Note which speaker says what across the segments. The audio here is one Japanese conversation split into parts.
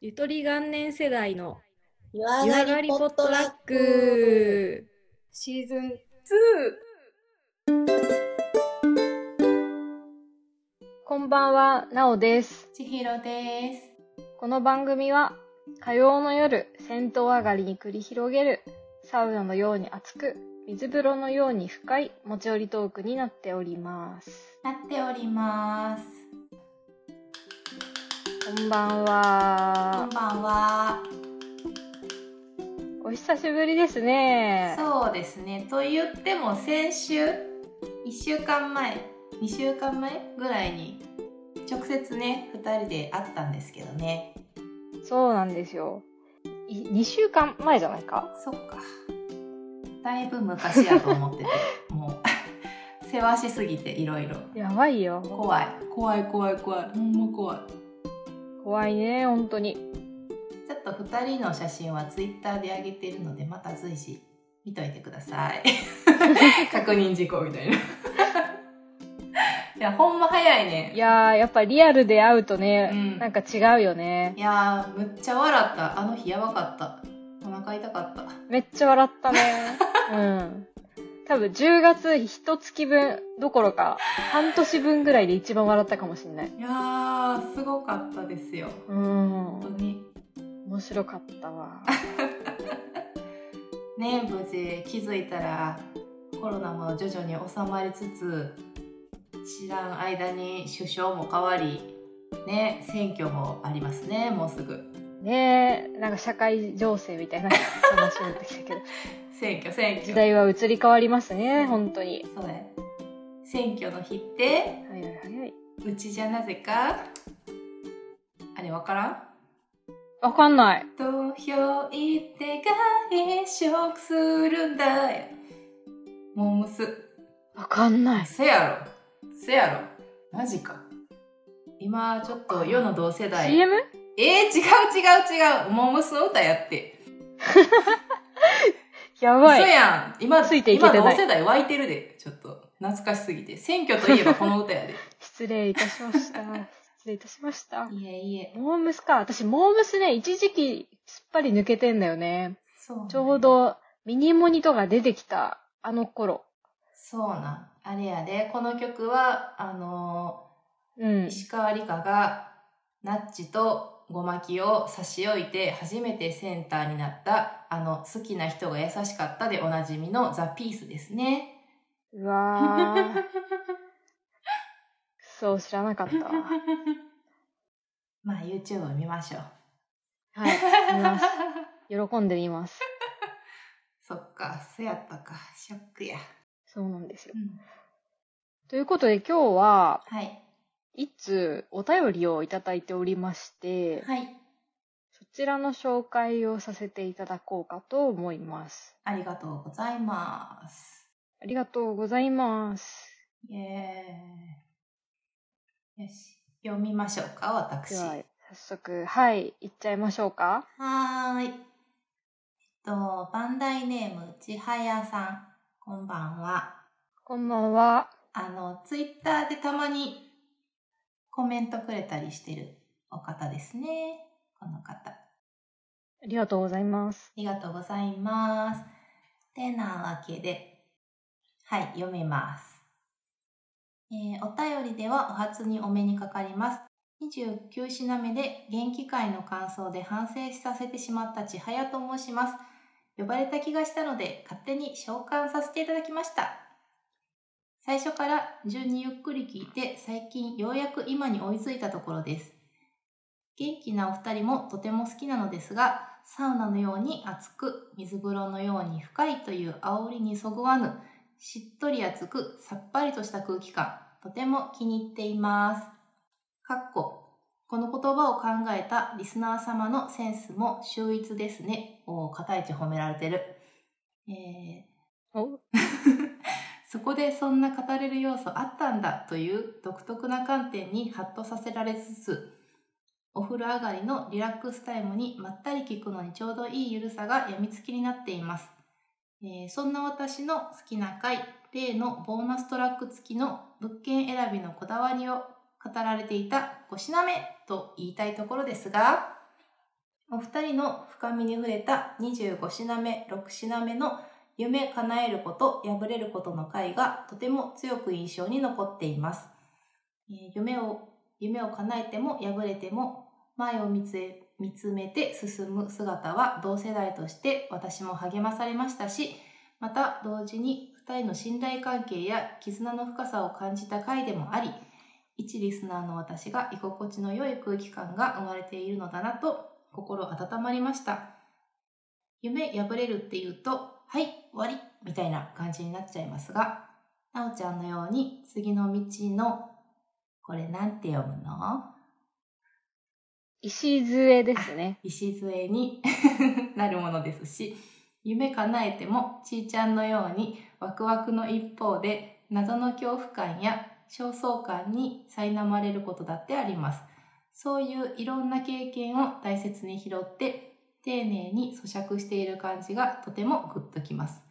Speaker 1: ゆとり元年世代の
Speaker 2: 湯上
Speaker 1: 湯上がりポットラッ。ク。
Speaker 3: シーズン2
Speaker 4: こんばんは、なおです。
Speaker 3: 千尋です。
Speaker 4: この番組は、火曜の夜、銭湯上がりに繰り広げる、サウナのように熱く、水風呂のように深い持ち寄りトークになっております。
Speaker 3: なっております。
Speaker 4: こんばん
Speaker 3: こ
Speaker 4: は
Speaker 3: ん。ばんは。
Speaker 4: お久しぶりですね。
Speaker 3: そうですね。と言っても先週1週間前2週間前ぐらいに直接ね2人で会ったんですけどね。
Speaker 4: そうなんですよ。い2週間前じゃないか。
Speaker 3: そっか。だいぶ昔やと 思っててもう世話しすぎていろいろ
Speaker 4: やばいよ。
Speaker 3: 怖い怖い怖い怖いほんま怖い。
Speaker 4: 怖いね、本当に。
Speaker 3: ちょっと2人の写真はツイッターで上げているのでまた随時見といてください確認事項みたいないやほんま早いね
Speaker 4: いやー、やっぱリアルで会うとね、
Speaker 3: うん
Speaker 4: なんか違うよね
Speaker 3: い。やーむっちゃ笑ったあの日やばかったお腹痛かった
Speaker 4: めっちゃ笑 ったね。うん。多分10月一月分どころか半年分ぐらいで一番笑ったかもしれない。
Speaker 3: いやーすごかったですよ
Speaker 4: うん。
Speaker 3: 本当に
Speaker 4: 面白かったわ。
Speaker 3: ね無事気づいたらコロナも徐々に収まりつつ知らん間に首相も変わりね選挙もありますねもうすぐ。
Speaker 4: ねえ、なんか社会情勢みたいな話になってきた けど。
Speaker 3: 選挙選
Speaker 4: 時
Speaker 3: 挙
Speaker 4: 代は移り変わりますね、本当に。
Speaker 3: そうね選挙の日って
Speaker 4: はいはいはい。
Speaker 3: うちじゃなぜかあれわからん
Speaker 4: わかんない。
Speaker 3: 投票行って外食するんだよもうむす
Speaker 4: わかんない。
Speaker 3: せやろせやろマジか今ちょっと世の同世代
Speaker 4: CM?
Speaker 3: えー、違う違う違うモームスの歌やって
Speaker 4: や
Speaker 3: 嘘
Speaker 4: ばい。
Speaker 3: やん今
Speaker 4: ついていけてない
Speaker 3: 今同世代湧いてるでちょっと懐かしすぎて選挙といえばこの歌やで
Speaker 4: 失礼いたしました。失礼いたしました。
Speaker 3: いえいえ
Speaker 4: モームスか。私、モームスね、一時期すっぱり抜けてんだよね。
Speaker 3: そうね
Speaker 4: ちょうどミニモニとか出てきたあの頃。
Speaker 3: そうなん。あれやで、この曲は、あの
Speaker 4: うん
Speaker 3: ー、。石川梨花が、ナッチとゴマキを差し置いて、初めてセンターになった、あの、好きな人が優しかったでおなじみのザ・ピースです ね。
Speaker 4: うわー。そう、知らなかったわ。
Speaker 3: まあ、YouTube を見ましょう。
Speaker 4: はい。見ます。喜んで見ます。
Speaker 3: そっか、そうやったか。ショックや。
Speaker 4: そうなんですよ
Speaker 3: う。ん
Speaker 4: ということで今日は、
Speaker 3: はい。
Speaker 4: いつお便りをいただいておりまして、
Speaker 3: はい。
Speaker 4: そちらの紹介をさせていただこうかと思います。
Speaker 3: ありがとうございます。
Speaker 4: ありがとうございます。
Speaker 3: イエーイ。よし。読みましょうか、私。
Speaker 4: では、早速、はい、行っちゃいましょうか。
Speaker 3: はーい。えっと、バンダイネーム、ちはやさん。こんばんは。
Speaker 4: こんばんは。
Speaker 3: あの、ツイッターでたまにコメントくれたりしてるお方ですね。この方。あ
Speaker 4: ありがとうございます。
Speaker 3: りがとうございます。てなわけで、はい、読みます。えーお便りではお初にお目にかかります。29品目で元気会の感想で反省させてしまった千早と申します。呼ばれた気がしたので勝手に召喚させていただきました。最初から順にゆっくり聞いて最近ようやく今に追いついたところです。元気なお二人もとても好きなのですが、サウナのように熱く、水風呂のように深いという煽りにそぐわぬ、しっとり熱く、さっぱりとした空気感、とても気に入っています。かっこ、この言葉を考えたリスナー様のセンスも秀逸ですね。おー、片一褒められてる。えー
Speaker 4: お
Speaker 3: そこでそんな語れる要素あったんだという独特な観点にハッとさせられつつ、お風呂上がりのリラックスタイムにまったり聞くのにちょうどいいゆるさがやみつきになっています。えーそんな私の好きな回、例のボーナストラック付きの物件選びのこだわりを語られていた5品目と言いたいところですが、お二人の深みに触れた25品目、6品目の夢叶えること、破れることの回がとても強く印象に残っています。えー夢を、夢を叶えても破れても前を見つえ見つめて進む姿は同世代として私も励まされましたし、また同時に二人の信頼関係や絆の深さを感じた回でもあり、一リスナーの私が居心地の良い空気感が生まれているのだなと心温まりました。夢破れるっていうと、はい、終わりみたいな感じになっちゃいますが、なおちゃんのように次の道の、これなんて読むの
Speaker 4: 石杖ですね。
Speaker 3: 石杖に なるものですし夢叶えてもちーちゃんのようにワクワクの一方で謎の恐怖感や焦燥感に苛まれることだってありますそういういろんな経験を大切に拾って丁寧に咀嚼している感じがとてもグッときます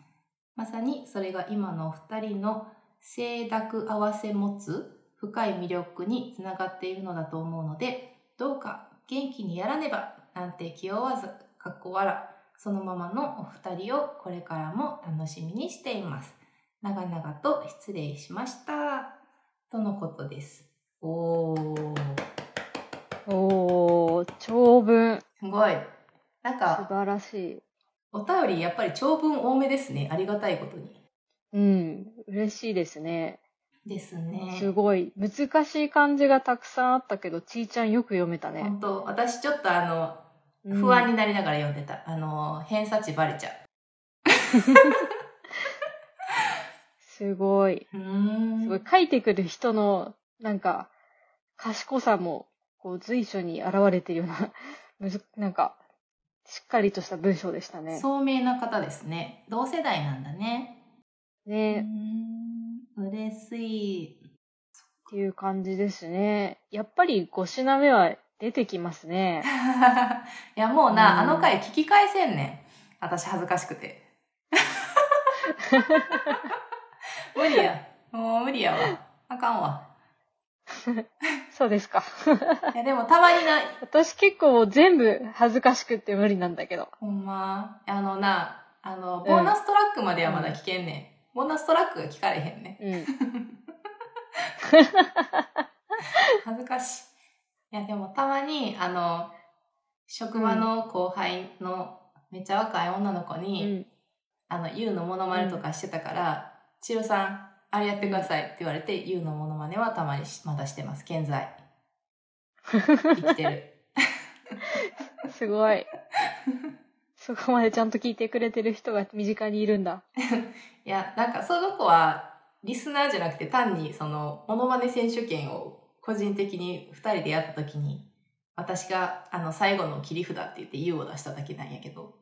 Speaker 3: まさにそれが今のお二人の清濁合わせ持つ深い魅力につながっているのだと思うのでどうか元気にやらねばなんて気負わず、かっこわら、そのままのお二人をこれからも楽しみにしています。長々と失礼しました。とのことです。おー、
Speaker 4: おー、長文。
Speaker 3: すごい。なん
Speaker 4: 素
Speaker 3: か、
Speaker 4: 晴らしい。
Speaker 3: お便りやっぱり長文多めですね。ありがたいことに。
Speaker 4: うん、嬉しいですね。
Speaker 3: ですね。
Speaker 4: すごい。難しい漢字がたくさんあったけど、ちーちゃんよく読めたね。
Speaker 3: 本当私ちょっとあの、
Speaker 4: うん
Speaker 3: 不安になりながら読んでた。あの、偏差値バレちゃ
Speaker 4: すごい。
Speaker 3: う。うーん。
Speaker 4: すごい。書いてくる人の、なんか、賢さも、こう、随所に現れてるような、 むずなんか、しっかりとした文章でしたね。
Speaker 3: 聡明な方ですね。同世代なんだね。
Speaker 4: ね、
Speaker 3: うーん嬉しい。
Speaker 4: っていう感じですね。やっぱり5品目は出てきますね。
Speaker 3: いや、もうな、
Speaker 4: うん
Speaker 3: あの回聞き返せんねん。私恥ずかしくて。 無理や。もう無理やわ。あかんわ。
Speaker 4: そうですか。
Speaker 3: いや、でもたまにな、
Speaker 4: 私結構全部恥ずかしくって無理なんだけど。
Speaker 3: ほんま、あのな、あの、
Speaker 4: ん
Speaker 3: ボーナストラックまではまだ聞けんねん。ボーナストラックが聞かれへんね
Speaker 4: うん。
Speaker 3: ん。恥ずかしい。いや、でもたまに、あの、職場の後輩のめっちゃ若い女の子
Speaker 4: う
Speaker 3: に、
Speaker 4: ん。
Speaker 3: あの、ゆうのモノマネとかしてたから、千尋さん、あれやってくださいって言われて、ゆうのモノマネはたまにしまだしてます。健在。生きてる。
Speaker 4: すごい。そこまでちゃんと聞いてくれてる人が身近にいるんだ。
Speaker 3: いや、なんかその子は、リスナーじゃなくて単にその、モノマネ選手権を個人的に二人でやった時に、私が、あの、最後の切り札って言って、ゆうを出しただけなんやけど。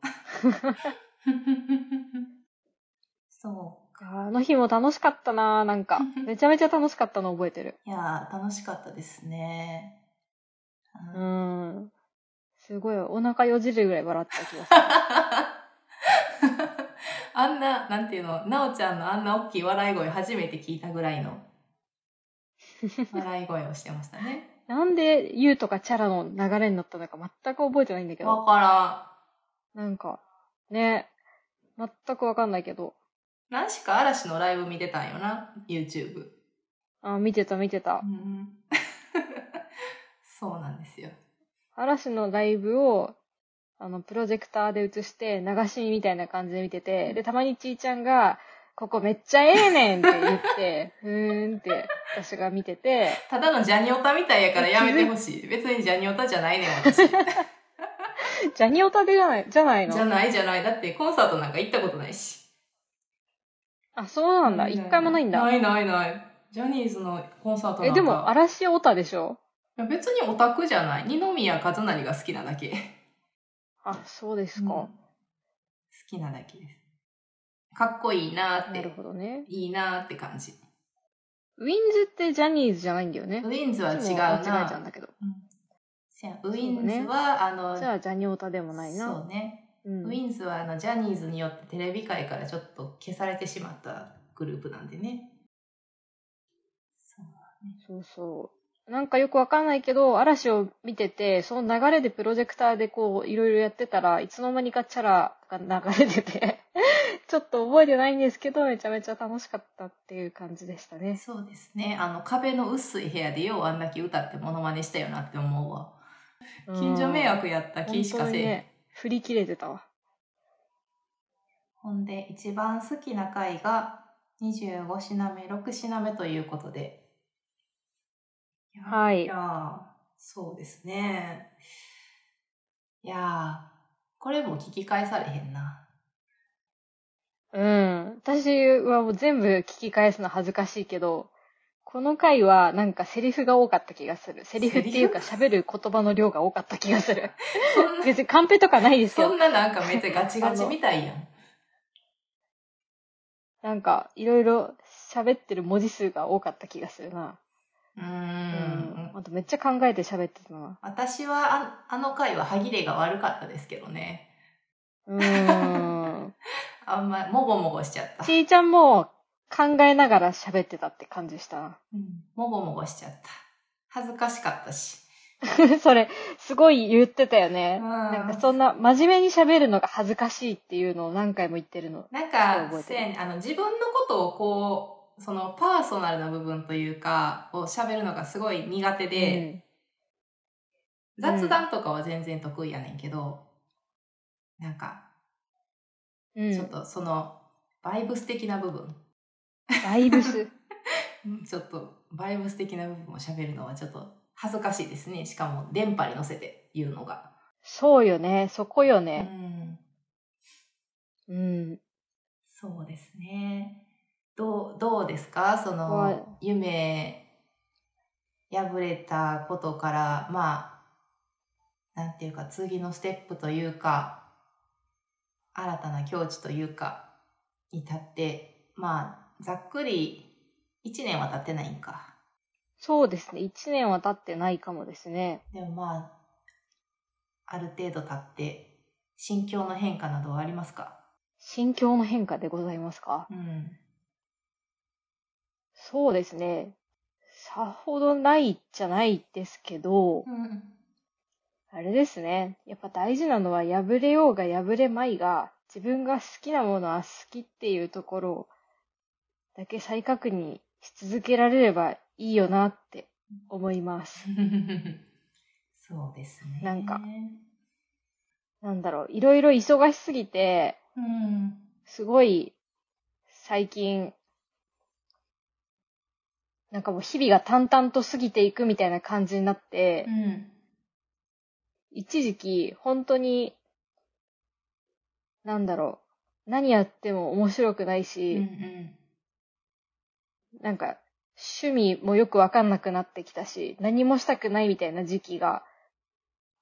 Speaker 3: そう
Speaker 4: いやーあの日も楽しかったなー なんか。めちゃめちゃ楽しかったの覚えてる。
Speaker 3: いやー、楽しかったですね。
Speaker 4: うーん。すごい、お腹よじるぐらい笑った 気がする。
Speaker 3: あんな、なんていうの、なおちゃんのあんな大きい笑い声初めて聞いたぐらいの 笑い声をしてましたね。
Speaker 4: なんで、ゆうとかチャラの流れになったのか全く覚えてないんだけど。
Speaker 3: わか
Speaker 4: なんか、ね。全くわかんないけど。
Speaker 3: らん。何しか嵐のライブ見てたんよな、YouTube。
Speaker 4: あー、見てた見てた。
Speaker 3: そうなんですよ。
Speaker 4: 嵐のライブを、あの、プロジェクターで映して、流し見みたいな感じで見てて、で、たまにちーちゃんが、ここめっちゃええねんって言 って、ふーんって、私が見てて、
Speaker 3: ただのジャニオタみたいやからやめてほし い。別にジャニオタじゃないねん、私。じ
Speaker 4: ジャニオタでじゃない、じゃないの
Speaker 3: ゃないじゃない。だってコンサートなんか行ったことないし。
Speaker 4: あ、そうなんだ。一回もないんだ。
Speaker 3: ないないない。ジャニーズのコンサートなんか
Speaker 4: え、でも、嵐オタでしょ
Speaker 3: いや別にオタクじゃない。二宮和也が好きなだけ。
Speaker 4: あ、そうです
Speaker 3: うん好
Speaker 4: か。
Speaker 3: きなだけです。かっこいいなーっ
Speaker 4: なる
Speaker 3: て、
Speaker 4: ほどね。
Speaker 3: いいなーって感じ。
Speaker 4: ウィンズってジャニーズじゃないんだよね
Speaker 3: ウ。ィンズは違う
Speaker 4: 間
Speaker 3: な。
Speaker 4: 違えちゃうんだけど。
Speaker 3: せやウィンズは、あの、
Speaker 4: じゃあ、ジャニオタでもない
Speaker 3: そ
Speaker 4: な。
Speaker 3: うね。
Speaker 4: うん
Speaker 3: ウィンズはあのジャニーズによってテレビ界からちょっと消されてしまったグループなんでね。そう
Speaker 4: そうそなんかよくわかんないけど、嵐を見てて、その流れでプロジェクターでこう、いろいろやってたらいつの間にかチャラが流れてて、 ちょっと覚えてないんですけど、めちゃめちゃ楽しかったっていう感じでしたね。
Speaker 3: そうですね。あの、壁の薄い部屋でようあんだけ歌ってモノマネしたよなって思うわ。近所迷惑やった気しか
Speaker 4: 本当
Speaker 3: せえ
Speaker 4: に
Speaker 3: へん。
Speaker 4: ね、振り切れてたわ。
Speaker 3: ほんで、一番好きな回が25品目、6品目ということで。
Speaker 4: はい
Speaker 3: いやー、そうですね。いやー、これも聞き返されへんな。
Speaker 4: うん。私はもう全部聞き返すの恥ずかしいけど、この回はなんかセリフが多かった気がする。セリフっていうか喋る言葉の量が多かった気がする。
Speaker 3: そ んな、
Speaker 4: 別にカンペとかないです
Speaker 3: そ
Speaker 4: よ
Speaker 3: ん。ななんかめっちゃガチガチみたいやん。
Speaker 4: なんかいろいろ喋ってる文字数が多かった気がするな。う
Speaker 3: うーん。
Speaker 4: あとめっちゃ考えて喋ってたな。
Speaker 3: 私はああの回は歯切れが悪かったですけどね。
Speaker 4: うん。
Speaker 3: あんま、もごもごしちゃった。
Speaker 4: ちーちゃんも考えながら喋ってたって感じしたな。
Speaker 3: うん、もごもごしちゃった。恥ずかしかったし。
Speaker 4: それ、すごい言ってたよね。
Speaker 3: うん
Speaker 4: なんかそんな真面目に喋るのが恥ずかしいっていうのを何回も言ってるの。
Speaker 3: なん
Speaker 4: そう
Speaker 3: か
Speaker 4: 覚え、て
Speaker 3: せ
Speaker 4: る
Speaker 3: やねあの自分のことをこう、そのパーソナルな部分というか、を喋るのがすごい苦手で、雑談とかは全然得意やねんけど、なんか、
Speaker 4: うん、うん
Speaker 3: ちょっとその、バイブス的な部分、
Speaker 4: バイブ ス。
Speaker 3: ちょっと、バイブス的な部分を喋るのはちょっと恥ずかしいですね。しかも、電波に乗せて言うのが。
Speaker 4: そうよね、そこよ
Speaker 3: う
Speaker 4: ね。
Speaker 3: ん、
Speaker 4: うん。
Speaker 3: そうですね。どう、どうですかそ
Speaker 4: はい
Speaker 3: の、夢、破れたことから、まあ、なんていうか、次のステップというか、新たな境地というか、に至って、まあ、ざっくり、1年は経ってないんか。
Speaker 4: そうですね、一年は経ってないかもですね。
Speaker 3: でもまあ、ある程度経って、心境の変化などはありますか
Speaker 4: 心境の変化でございますか
Speaker 3: うん。
Speaker 4: そうですね。さほどないじゃないですけど、
Speaker 3: うん。
Speaker 4: あれですね。やっぱ大事なのは破れようが破れまいが、自分が好きなものは好きっていうところだけ再確認し続けられればいいよなって思います。
Speaker 3: そうですね。
Speaker 4: なんかなんだろう、いろいろ忙しすぎて、
Speaker 3: うん。
Speaker 4: すごい、最近、なんかもう日々が淡々と過ぎていくみたいな感じになって
Speaker 3: う、ん。
Speaker 4: 一時期、本当に、なんだろう、何やっても面白くない
Speaker 3: うんう
Speaker 4: し、
Speaker 3: ん。
Speaker 4: なんか、趣味もよくわかんなくなってきたし、何もしたくないみたいな時期が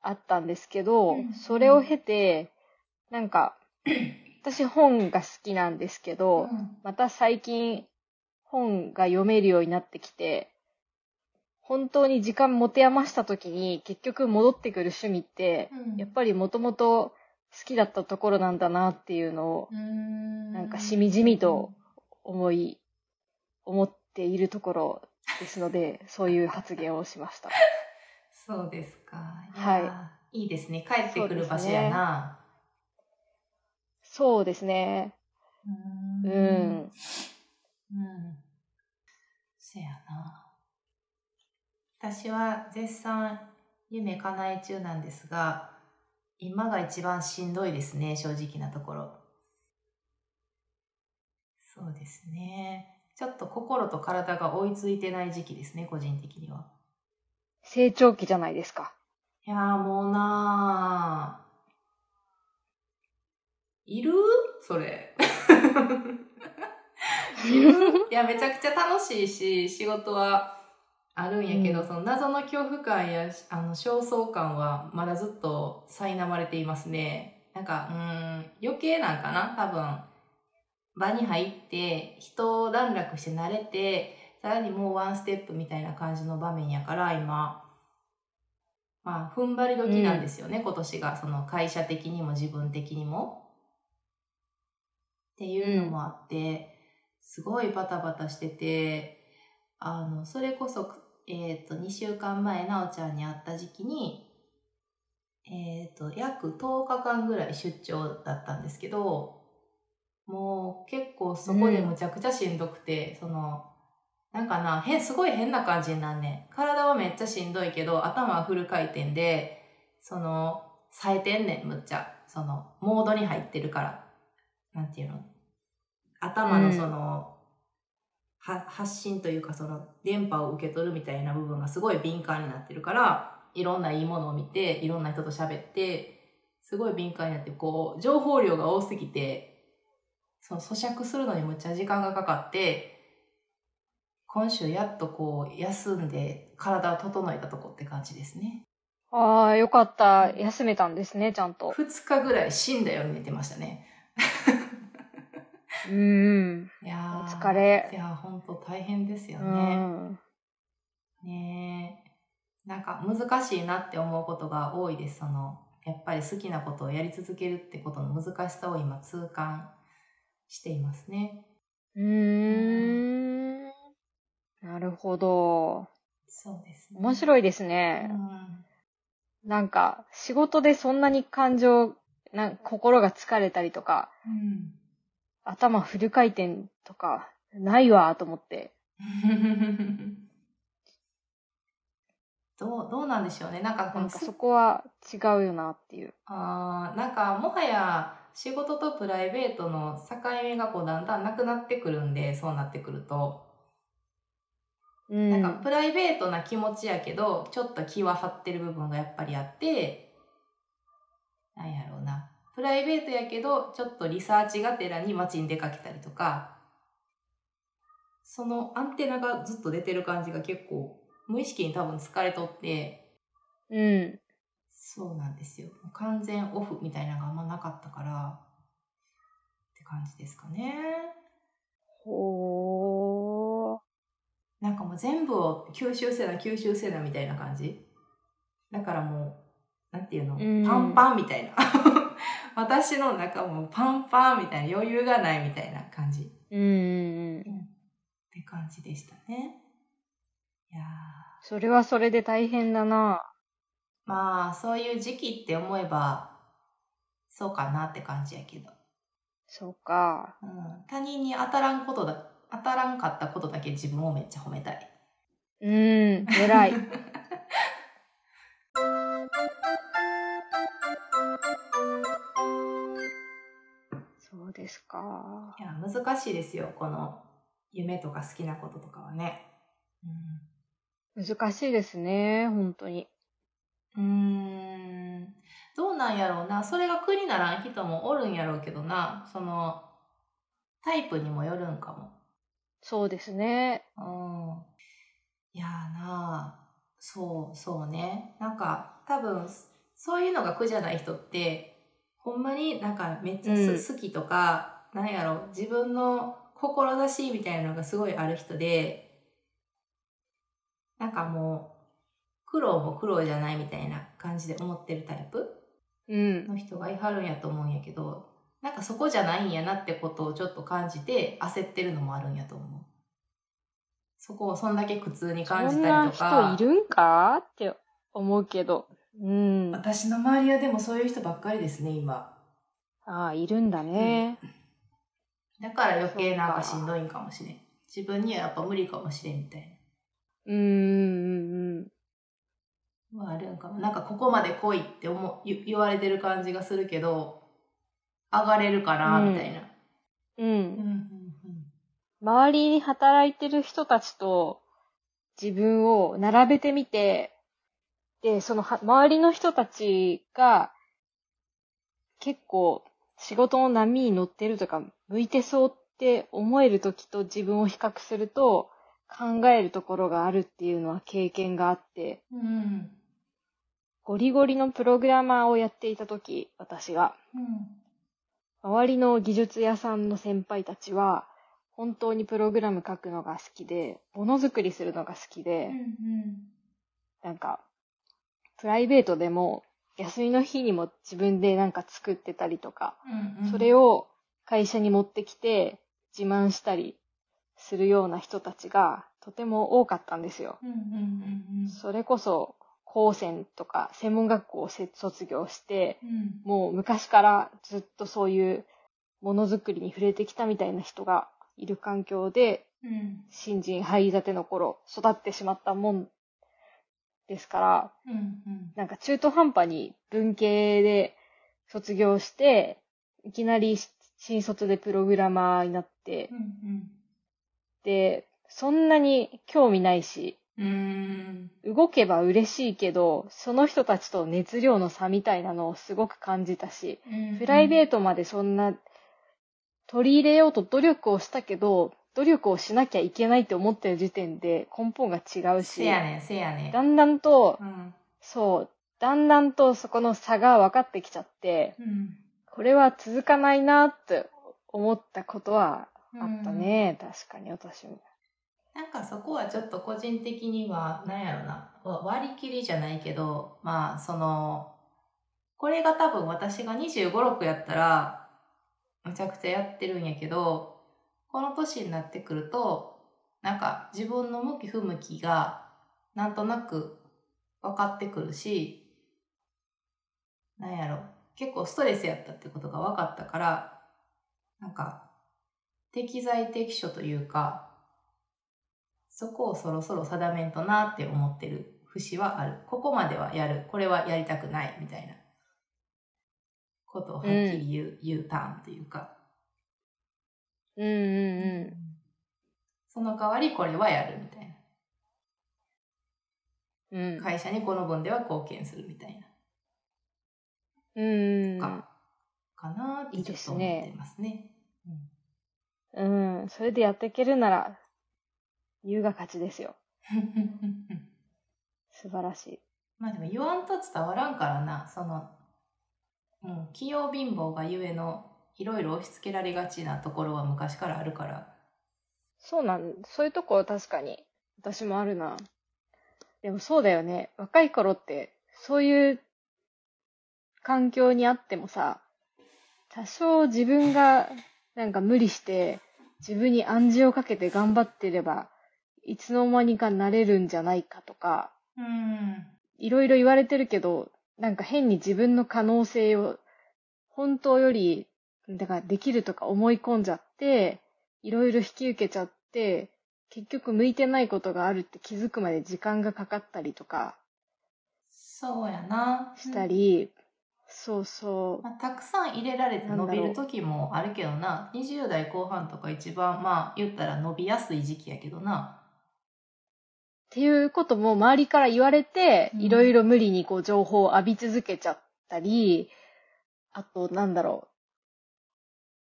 Speaker 4: あったんですけど、
Speaker 3: うん
Speaker 4: それを経て、なん か、私本が好きなんですけど、また最近本が読めるようになってきて、本当に時間持て余した時に結局戻ってくる趣味って、
Speaker 3: うん
Speaker 4: やっぱりもともと好きだったところなんだなっていうのを
Speaker 3: うん
Speaker 4: なんかしみじみと思い、思っているところですの で、そういう発言をしました。
Speaker 3: そうですか。
Speaker 4: はい
Speaker 3: い。いいですね。帰ってくる場所やな。
Speaker 4: そうですね。う
Speaker 3: う。
Speaker 4: んん。
Speaker 3: うん。せやな。私は絶賛夢叶え中なんですが、今が一番しんどいですね、正直なところ。そうですね。ちょっと心と体が追いついてない時期ですね、個人的には。
Speaker 4: 成長期じゃないです か。
Speaker 3: いやーもうなーいるそれ。いや、めちゃくちゃ楽しいし、仕事はあるんやけど、
Speaker 4: うん
Speaker 3: その謎の恐怖感や、あの、焦燥感はまだずっと苛まれていますね。なんか、うーん、余計なんかな多分。場に入って、人を段落して慣れて、さらにもうワンステップみたいな感じの場面やから、今。まあ、踏ん張り時なんですよね、今年が。その会社的にも自分的にも。っていうのもあって、すごいバタバタしてて、あの、それこそえっ、と、2週間前、なおちゃんに会った時期に、えっ、と、約10日間ぐらい出張だったんですけど、もう結構そこでむちゃくちゃしんどくて、その、なんかな、変、すごい変な感じになんねん。体はめっちゃしんどいけど、頭はフル回転で、その、冴えてんねん、むっちゃ。その、モードに入ってるから。なんていうの頭のその、は発信というかその電波を受け取るみたいな部分がすごい敏感になってるからいろんないいものを見ていろんな人と喋ってすごい敏感になってこう情報量が多すぎてその咀嚼するのにむっちゃ時間がかかって今週やっとこう休んで体を整えたとこって感じですね
Speaker 4: ああ、よかった。休めたんです ね、ちゃんと。
Speaker 3: 2日ぐらい死んだように寝てましたね
Speaker 4: うんうん。
Speaker 3: いや
Speaker 4: お
Speaker 3: ー
Speaker 4: 疲れ
Speaker 3: い。やーほんと大変ですよ
Speaker 4: う
Speaker 3: ね、
Speaker 4: ん。
Speaker 3: ねえなんか難しいなって思うことが多いですそのやっぱり好きなことをやり続けるってことの難しさを今痛感していますね
Speaker 4: うーん。なるほど。
Speaker 3: そうですね
Speaker 4: 面
Speaker 3: い、
Speaker 4: 白いです
Speaker 3: う
Speaker 4: ね。
Speaker 3: ん
Speaker 4: なんか、仕事でそんなに感情、なん心が疲れたりとか、頭フル回転とか、ないわ、と思って。
Speaker 3: うん、 どうどうなんでしょうねなんかこ
Speaker 4: な
Speaker 3: の
Speaker 4: んかそこは違うよなっていう。
Speaker 3: あーなんかもはや仕事とプライベートの境目がこうだんだんなくなってくるんでそうなってくると
Speaker 4: うん。
Speaker 3: なんかプライベートな気持ちやけど、ちょっと気は張ってる部分がやっぱりあって、なんやろうな。プライベートやけど、ちょっとリサーチがてらに街に出かけたりとか、そのアンテナがずっと出てる感じが結構、無意識に多分疲れとって、
Speaker 4: うん。
Speaker 3: そうなんですよ。完全オフみたいなのがあんまなかったから、って感じですかね。
Speaker 4: ほー。
Speaker 3: なんかもう全部を吸収せな吸収せなみたいな感じだからもうなんていうの、
Speaker 4: うん
Speaker 3: パンパンみたいな 私の中もパンパンみたいな余裕がないみたいな感じっ
Speaker 4: うんうんうん。
Speaker 3: て感じでしたねいやー
Speaker 4: それはそれで大変だな。
Speaker 3: まあそういう時期って思えばそうかなって感じやけど、
Speaker 4: そうか。
Speaker 3: うん、他人に当たらんことだ当たらんかったことだけ自分をめっちゃ褒めたい
Speaker 4: うん、偉 い。そうですか。
Speaker 3: いや、難しいですよ。この、夢とか好きなこととかはね。
Speaker 4: 難しいですね、本当に。
Speaker 3: うん。うーん。どうなんやろうな。それが苦にならん人もおるんやろうけどな。その、タイプにもよるんか
Speaker 4: そうですね。
Speaker 3: も。うん。いやーなあそう、そうね。なんか、多分、そういうのが苦じゃない人って、ほんまになんかめっちゃす、好きとか、なんやろ、自分の志みたいなのがすごいある人で、なんかもう、苦労も苦労じゃないみたいな感じで思ってるタイプ
Speaker 4: うん。
Speaker 3: の人がいはるんやと思うんやけど、なんかそこじゃないんやなってことをちょっと感じて焦ってるのもあるんやと思う。そこをそんだけ苦痛に感
Speaker 4: そ
Speaker 3: じ
Speaker 4: ん
Speaker 3: た
Speaker 4: な
Speaker 3: りとか。
Speaker 4: 人いるんかって思うけど。うん。あ
Speaker 3: 私の周りはでもそういう人ばっかりですね、今。
Speaker 4: あ、いるんだね。
Speaker 3: だから余計なんかし
Speaker 4: そっか
Speaker 3: んどいんかもしれん。自分にはやっぱ無理かもしれんみたいな。
Speaker 4: うん、うん、うん。
Speaker 3: まあ、あるんかもなんかここまで来いって思う言言われてる感じがするけど上がれるかな
Speaker 4: うん
Speaker 3: みたいな、
Speaker 4: う
Speaker 3: うんんうん
Speaker 4: 周りに働いてる人たちと自分を並べてみて、で、そのは周りの人たちが結構仕事の波に乗ってるとか向いてそうって思える時と自分を比較すると考えるところがあるっていうのは経験があって、
Speaker 3: うんうん
Speaker 4: ゴリゴリのプログラマーをやっていた時、私が。周りの技術屋さんの先輩たちは、本当にプログラム書くのが好きで、ものづくりするのが好きで、なんか、プライベートでも、休みの日にも自分でなんか作ってたりとか、それ
Speaker 3: を
Speaker 4: を会社に持ってきて自慢したりするような人たちがとても多かったんですよ。
Speaker 3: うんうんうんうん。
Speaker 4: それこそ、高専とか専門学校をせ卒業して、
Speaker 3: うん。
Speaker 4: もう昔からずっとそういうものづくりに触れてきたみたいな人がいる環境で、
Speaker 3: うん。
Speaker 4: 新人入りたての頃育ってしまったもんですから、
Speaker 3: うんうん。
Speaker 4: なんか中途半端に文系で卒業して、いきなり新卒でプログラマーになって
Speaker 3: う、ん
Speaker 4: で、そんなに興味ないし、
Speaker 3: うん。うーん。
Speaker 4: 動けば嬉しいけど、その人たちと熱量の差みたいなのをすごく感じたし、プライベートまでそんな取り入れようと努力をしたけど、努力をしなきゃいけないって思ってる時点で根本が違うし
Speaker 3: せ、やねん、せやねん。
Speaker 4: だんだんと、
Speaker 3: うん。
Speaker 4: そう、だんだんとそこの差が分かってきちゃって、
Speaker 3: うん。
Speaker 4: これは続かないなって思ったことはあったね、確かに私も。
Speaker 3: なんかそこはちょっと個人的には、なんやろな、わ割り切りじゃないけど、まあその、これが多分私が25、6やったら、むちゃくちゃやってるんやけど、この年になってくると、なんか自分の向き不向きが、なんとなく分かってくるし、なんやろ、結構ストレスやったってことが分かったから、なんか、適材適所というか、そこをそろそろ定めんとなって思ってる節はある。ここまではやる。これはやりたくない。みたいなことをはっきり言う、言うターンというか。
Speaker 4: うんうんうん。
Speaker 3: その代わりこれはやるみたいな。
Speaker 4: うん。
Speaker 3: 会社にこの分では貢献するみたい
Speaker 4: うん
Speaker 3: な。か、かなーってちょっと思ってますね。
Speaker 4: うん。うん。それでやっていけるなら、優が勝ちですよ。素晴らしい。
Speaker 3: まあでも言わんと伝わらんからな、その、うん、器用貧乏がゆえの、いろいろ押し付けられがちなところは昔からあるから。
Speaker 4: そうなん、そういうとこ確かに、私もあるな。でもそうだよね。若い頃って、そういう環境にあってもさ、多少自分がなんか無理して、自分に暗示をかけて頑張ってれば、いつの間にかなれるんじゃないかとか、
Speaker 3: うん。
Speaker 4: いろいろ言われてるけど、なんか変に自分の可能性を、本当より、だからできるとか思い込んじゃって、いろいろ引き受けちゃって、結局向いてないことがあるって気づくまで時間がかかったりとか
Speaker 3: そうやな。
Speaker 4: したり、そうそう。
Speaker 3: まあ、たくさん入れられて伸びる時もあるけどな20代後半とか一番まあ言ったら伸びやすい時期やけどな
Speaker 4: っていうことも周りから言われて、
Speaker 3: うん
Speaker 4: いろいろ無理にこう情報を浴び続けちゃったり、あとなんだろう。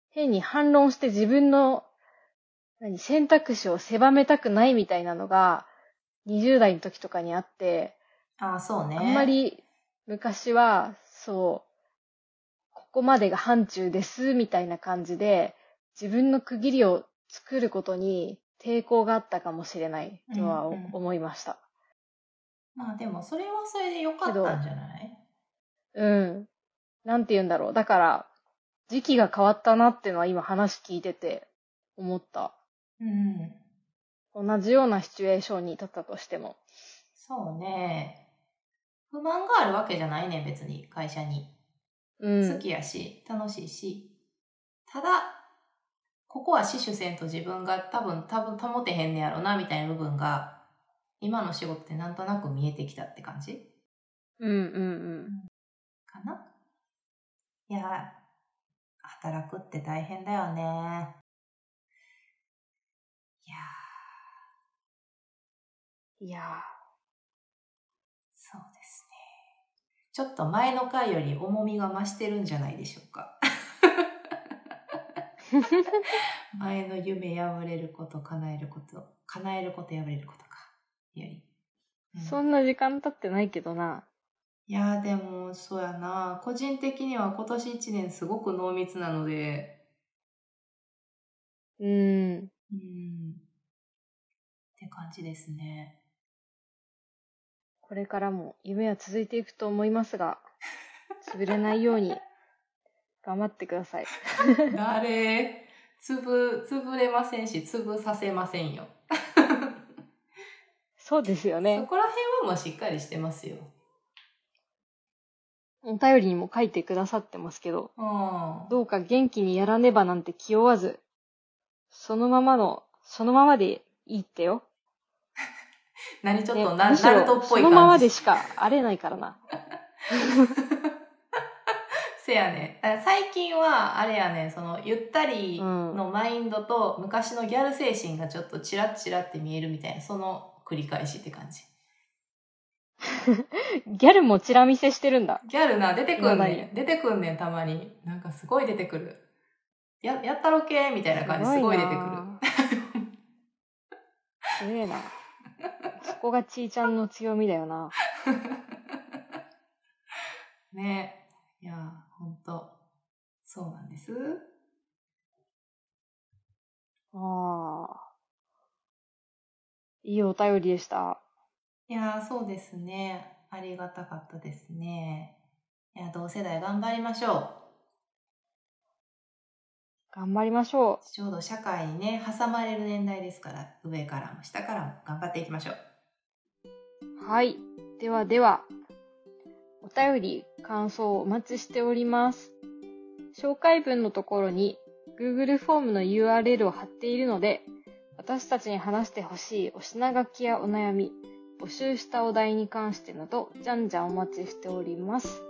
Speaker 4: 変に反論して自分の何選択肢を狭めたくないみたいなのが20代の時とかにあって、
Speaker 3: ああそうね
Speaker 4: あんまり昔はそう、ここまでが範疇ですみたいな感じで自分の区切りを作ることに抵抗があったかもしれないとは
Speaker 3: うんうん
Speaker 4: 思いました。
Speaker 3: まあでもそれはそれでよかったんじゃない
Speaker 4: うん。なんて言うんだろう。だから、時期が変わったなってのは今話聞いてて思った。
Speaker 3: うん
Speaker 4: 同じようなシチュエーションに立ったとしても。
Speaker 3: そうね不満があるわけじゃないねん別に会社に
Speaker 4: うん。
Speaker 3: 好きやし、楽しいしただここは死守せんと自分が多分多分保てへんねやろなみたいな部分が今の仕事ってなんとなく見えてきたって感じ
Speaker 4: うんうん
Speaker 3: かないや、働くって大変だよね。いや
Speaker 4: う
Speaker 3: ー、
Speaker 4: ん。いや
Speaker 3: そうですね。ちょっと前の回より重みが増してるんじゃないでしょ うか。前の夢破れること、叶えること、叶えること破れることか。より。う
Speaker 4: ー、
Speaker 3: ん
Speaker 4: そんな時間経ってないけどな。
Speaker 3: いやーでもそうやな個人的には今年1年すごく濃密なので
Speaker 4: うん。
Speaker 3: うんって感じですね。
Speaker 4: これからも夢は続いていくと思います が、潰れないように頑張ってください。
Speaker 3: 誰つぶ、潰れませんし、潰させませんよ。
Speaker 4: そうですよ
Speaker 3: そ
Speaker 4: ね。
Speaker 3: こら辺はもうしっかりしてますよ。
Speaker 4: お便りにも書いてくださってますけど、
Speaker 3: うん。
Speaker 4: どうか元気にやらねばなんて気負わず、そのままの、そのままでいいってよ。
Speaker 3: 何ちょっ
Speaker 4: ね
Speaker 3: とな、
Speaker 4: むしろ
Speaker 3: ナルトっぽい感じ。
Speaker 4: そのままでしか荒れないからな。
Speaker 3: せやねん。あ最近は、あれやねん、その、ゆったりのマインドと、昔のギャル精神がちょっとチラッチラって見えるみたいな、その繰り返しって感じ。
Speaker 4: ギャルもチラ見せしてるんだ。
Speaker 3: ギャルな、出てくん
Speaker 4: 今
Speaker 3: ね
Speaker 4: 何
Speaker 3: ん。出てくんねん、たまに。なんかすごい出てくる。や、やったろけみたいな感じ、すごい出てくる。
Speaker 4: すごい出てくる。すげえな。そこがちーちゃんの強みだよな。
Speaker 3: ねいやー、ほんと。そうなんです。
Speaker 4: ああ。いいお便りでした。
Speaker 3: いやー、そうですね。ありがたかったですね。いや、同世代頑張りましょう。
Speaker 4: 頑張りましょ
Speaker 3: ちょうど社会にね、挟まれる年代ですから、上からも下からも頑張っていきましょう。
Speaker 4: う。はい。ではでは、お便り、感想をお待ちしております。紹介文のところに Google フォームの URL を貼っているので、私たちに話してほしいお品書きやお悩み、募集したお題に関してなど、じゃんじゃんお待ちしております。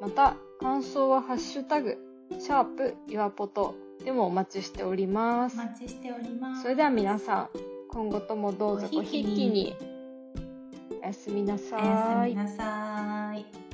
Speaker 4: また、感想はハッシュタグ、シャープ、ユアポトでもお待ちしております
Speaker 3: お。待ちしております。
Speaker 4: それでは皆さん、今後ともどうぞごひいきに。おやすみなさ
Speaker 3: おやす
Speaker 4: ーい
Speaker 3: み。なさーい。